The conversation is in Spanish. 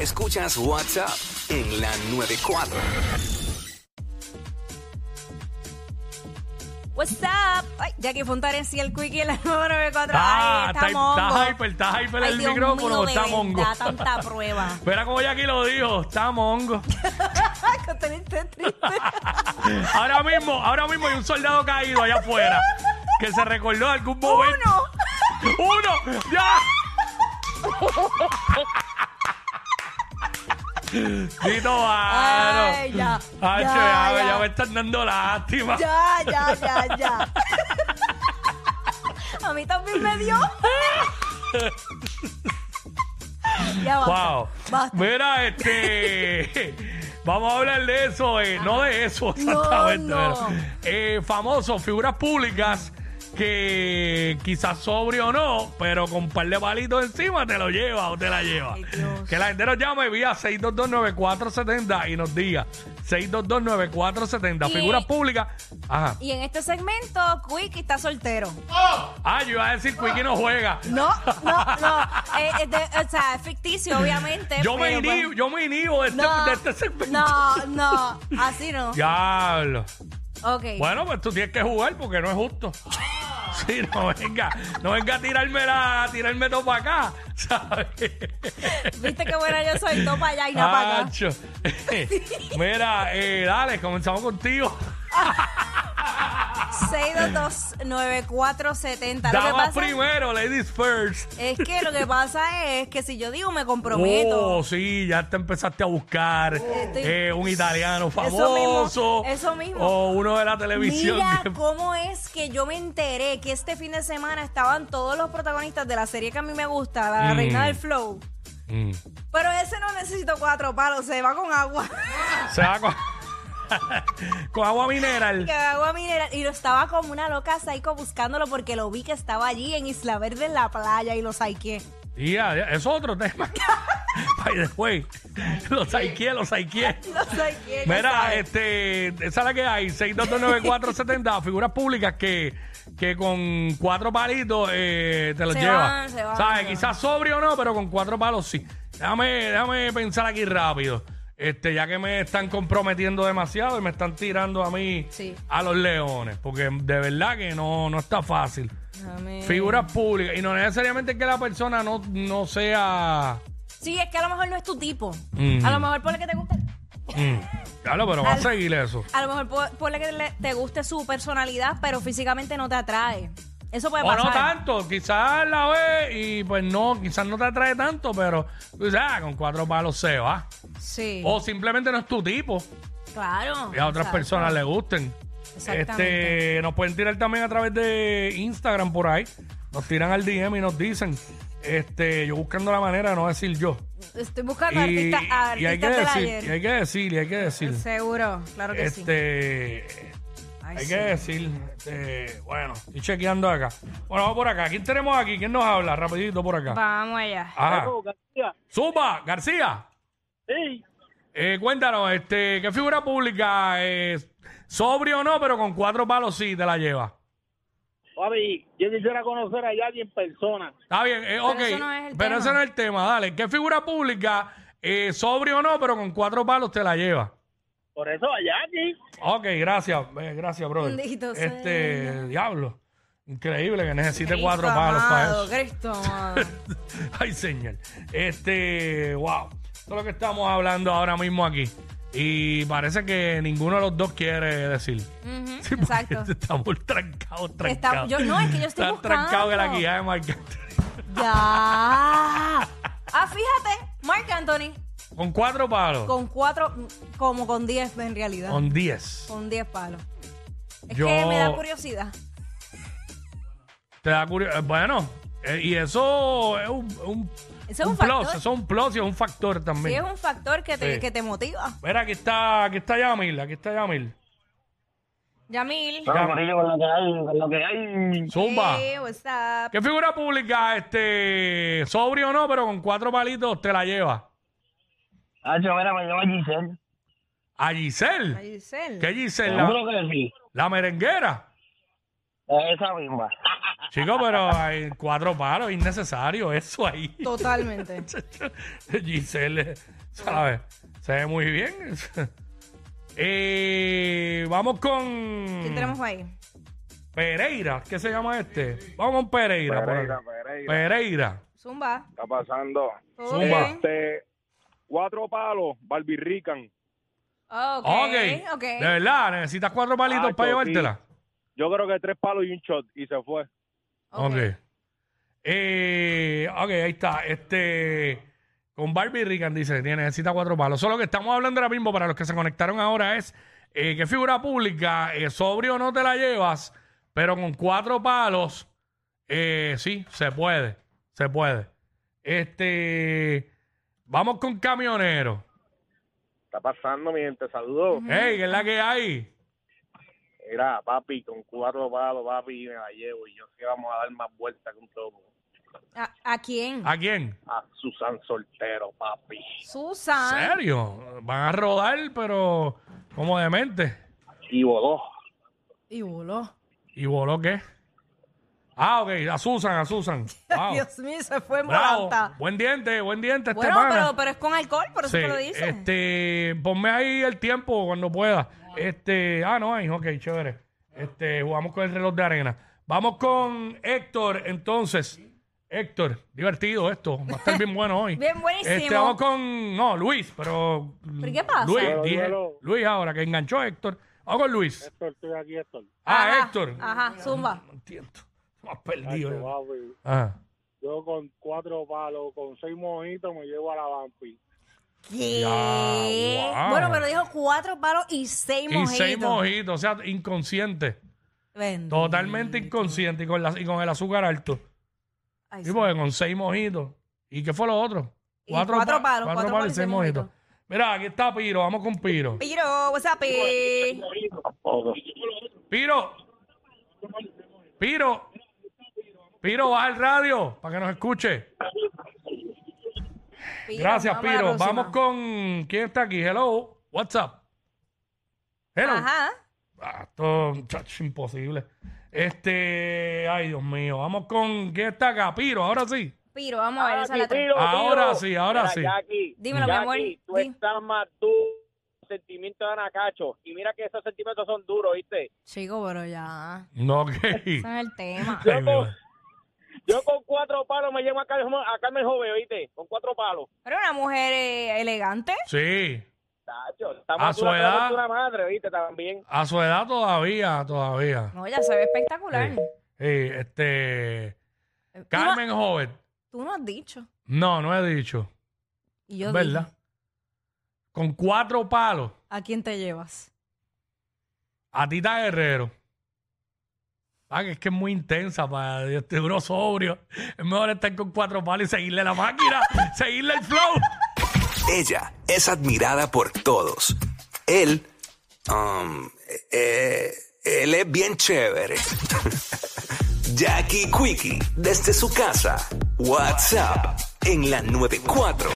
Escuchas WhatsApp en la 94. What's up? Ay, Jackie Fontanes y el Quickie en la número 94. Ah, Ay, está, está mongo. está hyper, está hyper Ay, el Dios micrófono, mío, está de mongo. verdad, tanta prueba. Verá como Jackie lo dijo, está mongo. Ay, que te diste Pues, triste. Ahora mismo, ahora mismo hay un soldado caído allá afuera que se recordó de algún momento. Uno. ¡Uno! ¡Ya! Tito Varo. Ay, ya, Hacho, ya, Ah, ya, me- ya. ya me están dando lástima. Ya, ya, ya, ya. A mí también me dio. ya basta. Wow. basta. Mira, este. Vamos a hablar de eso, eh, no de eso exactamente. no. pero, eh, famosos, figuras públicas que quizás sobrio o no, pero con un par de palitos encima te lo lleva o te la lleva. Ay, Dios. que la gente nos llame vía 6229470 y nos diga 6229470. Y- Figuras públicas. Ajá. Y en este segmento, Quick está soltero. Ah, yo iba a decir, Quickie no juega. No, no, no. Eh, eh, de- o sea, es ficticio, obviamente. Yo me, pero, pues, inhibo, yo me inhibo de este, no, de este segmento. no, no, así no. Diablo. Ok. Bueno, pues tú tienes que jugar porque no es justo. Sí, no venga, no venga a tirarme la, a tirarme todo para acá, ¿sabes? Viste qué buena yo soy, topa allá Ah, y no para acá. Acho. Mira, eh, dale, comenzamos contigo. 6229470. Lo que Damas pasa primero, ladies first. es que lo que pasa es que si yo digo me comprometo. Oh, sí, ya te empezaste a buscar Estoy- eh, un italiano mismo, famoso. eso mismo. O uno de la televisión. Mira que- cómo es que yo me enteré que este fin de semana estaban todos los protagonistas de la serie que a mí me gusta, La Mm. Reina del Flow. Mm. Pero ese no necesito cuatro palos, se va con agua. Se va con, con agua mineral. que agua mineral. Y lo estaba como una loca psycho buscándolo porque lo vi que estaba allí en Isla Verde en la playa y lo saiqué. Tía, ya, es otro tema. By the way, los saiqué, los saiqué. Lo saiqué. ya Mira, sabes. este, esa es la que hay, 6229470, figuras públicas que, que con cuatro palitos eh, te los Se lleva. van, se van, ¿Sabes? se van. Quizás sobrio o no, pero con cuatro palos sí. Déjame, déjame pensar aquí rápido. Este, ya que me están comprometiendo demasiado y me están tirando a mí Sí. a los leones, porque de verdad que no, no está fácil. Déjame- Figuras públicas. Y no necesariamente que la persona no, no sea. Sí, es que a lo mejor no es tu tipo. Ujú. A lo mejor por la que te guste. Mm, Claro, pero va a Al- seguir eso. A lo mejor por, por la que le- te guste su personalidad, pero físicamente no te atrae. Eso puede O pasar. no tanto, quizás la ve y pues no, quizás no te atrae tanto, pero tú dices, ah, con cuatro palos se va. Sí. O simplemente no es tu tipo claro. y a otras Exacto. personas le gusten. Exactamente. Este, nos pueden tirar también a través de Instagram por ahí. Nos tiran al DM y nos dicen, este, yo buscando la manera de no decir yo. Estoy buscando y, artistas a y hay que artistas del decir, y hay ayer. que decir, y hay que decir. Seguro, claro que sí. Este, Ay, hay sí. que decir, este, bueno, estoy chequeando acá. Bueno, vamos por acá. ¿Quién tenemos aquí? ¿Quién nos habla? Rapidito por acá. Vamos allá. Ajá. Pero, García, Zumba, García. sí, eh, cuéntanos, este, ¿qué figura pública es sobrio o no, pero con cuatro palos sí te la lleva? papi, yo quisiera conocer a Yadi en persona. Está bien, eh, ok. eso no es el pero tema. ese no es el tema, dale. ¿Qué figura pública eh, sobrio o no, pero con cuatro palos te la lleva? Por eso a Yadi. Ok, gracias, eh, gracias, brother. Bendito sea. este, diablo. Increíble que necesite Cristo cuatro palos para amado, eso. Cristo amado. Ay, señor. Este, wow. Esto es lo que estamos hablando ahora mismo aquí. Y parece que ninguno de los dos quiere decir. Ujú, Sí, porque Exacto. Estamos trancados, trancados. Está- yo- no, es que yo estoy Están trancados de la buscando. guía de Marc- Ya. Ah, fíjate, Mark Anthony, Con cuatro palos. con cuatro, como con diez en realidad. Con diez. Con diez palos. Es Yo- que me da curiosidad. Te da curiosidad. Bueno, eh, y eso es un, un, Eso es un plus. factor. Eso es un plus y es un factor también. Sí, es un factor que te, Sí. que te motiva. Mira, aquí está, aquí está Yamil, aquí está Yamil. Yamil. Ya. Corillo, con lo que hay, con lo que hay. Zumba. Hey, what's up? ¿Qué figura pública, este, sobrio o no, pero con cuatro palitos te la lleva? Ah, yo, mira, me lleva Giselle. A Giselle. Ay, Giselle. ¿Qué Giselle? La, Seguro que sí. la merenguera. Esa misma. Chico, pero hay cuatro palos, innecesario eso ahí. Totalmente. Giselle, ¿sabes? Se ve muy bien. Eh, vamos con ¿Quién tenemos ahí? Pereira. ¿Qué se llama este? Vamos con Pereira. por Pereira, ahí. Pereira. Pereira. Zumba. Está pasando. ¿Todo Zumba. bien? Este, cuatro palos, barbirrican. Ok. Ok. ok. De verdad, necesitas cuatro palitos Ah, para yo sí. llevártela. Yo creo que tres palos y un shot y se fue. Ok. Ok. Eh, ok, ahí está. Este. Con Barbie Rican dice, tiene, necesita cuatro palos. Solo que estamos hablando ahora mismo para los que se conectaron ahora es eh, que figura pública, eh, sobrio no te la llevas, pero con cuatro palos, eh, sí, se puede. Se puede. Este. Vamos con camionero. Está pasando, mi gente. Saludos. Ey, ¿qué es la que hay? Mira, papi, con cuatro palos, papi, me la llevo. Y yo sé que vamos a dar más vueltas que un loco. ¿A, a quién? ¿A quién? A Susan Soltero, papi. ¿En Susan. serio? Van a rodar, pero como demente. Y voló. Y voló. ¿Y voló qué? Ah, ok, a Susan, a Susan. Wow. Dios mío, se fue en Bravo. volanta. Buen diente, buen diente este Bueno, pana. pero, pero es con alcohol, por eso Sí, te lo dice. Este, ponme ahí el tiempo cuando pueda. Este, ah, no, ahí, ok, chévere. Este, jugamos con el reloj de arena. Vamos con Héctor, entonces. Héctor, divertido esto. Va a estar bien bueno hoy. Bien buenísimo. Este, vamos con, no, Luis, pero. ¿Pero qué pasa? Luis, Dímelo, dije- dímelo. Luis ahora, que enganchó a Héctor. Vamos con Luis. Héctor, estoy aquí, Héctor. Ah, Ajá, Héctor. Ajá, zumba. No entiendo. Me has perdido. yo. papi, Ajá. yo con cuatro palos, con seis mojitos, me llevo a la vampi. ¿Qué? Ya, wow. Bueno, pero dijo cuatro palos y seis Y mojitos. seis mojitos, o sea, inconsciente. Bendito. Totalmente inconsciente y con, la- y con el azúcar alto. Ay, Y porque con seis mojitos. ¿Y qué fue lo otro? Y cuatro palos, cuatro palos y seis mojitos. Mira, aquí está Piro, vamos con Piro. Piro, what's up, Pi? Piro. Piro. Piro, baja el radio para que nos escuche. Piro, Gracias, vamos a la Piro. próxima. Vamos con. ¿Quién está aquí? Hello. What's up? Hello. Ajá. Ah, esto chacho, imposible. Este, ay Dios míio vamos con ¿qué está acá? Piro, ahora sí. Piro, vamos Ah, a ver. esa es la tres. Ahora sí, ahora sí. Jackie, Dímelo, mi Jackie, amor. Tú Di- estás más tú sentimientos de Anacacho. Y mira que esos sentimientos son duros, ¿viste? Chico, pero ya. No, ok. Ese es el tema. Ay, mi madre. Yo con cuatro palos me llevo a Carmen, a Carmen Jove, ¿oíste? Con cuatro palos. Pero una mujer eh, elegante. Sí, Tacho, A estamos su edad. una madre, ¿oíste? También. a su edad todavía, todavía. No, ya se ve espectacular. Sí, Sí, este Tú no- Carmen Jovet. Tú no has dicho. No, no he dicho. Y yo ¿Verdad? dije, Con cuatro palos. ¿a quién te llevas? A Tita Guerrero. Ah, que es que es muy intensa para yo estoy duro sobrio. Es mejor estar con cuatro palos y seguirle la máquina, seguirle el flow. Ella es admirada por todos. Él, um, eh, él es bien chévere. Jackie Quickie, desde su casa. WhatsApp en la 94.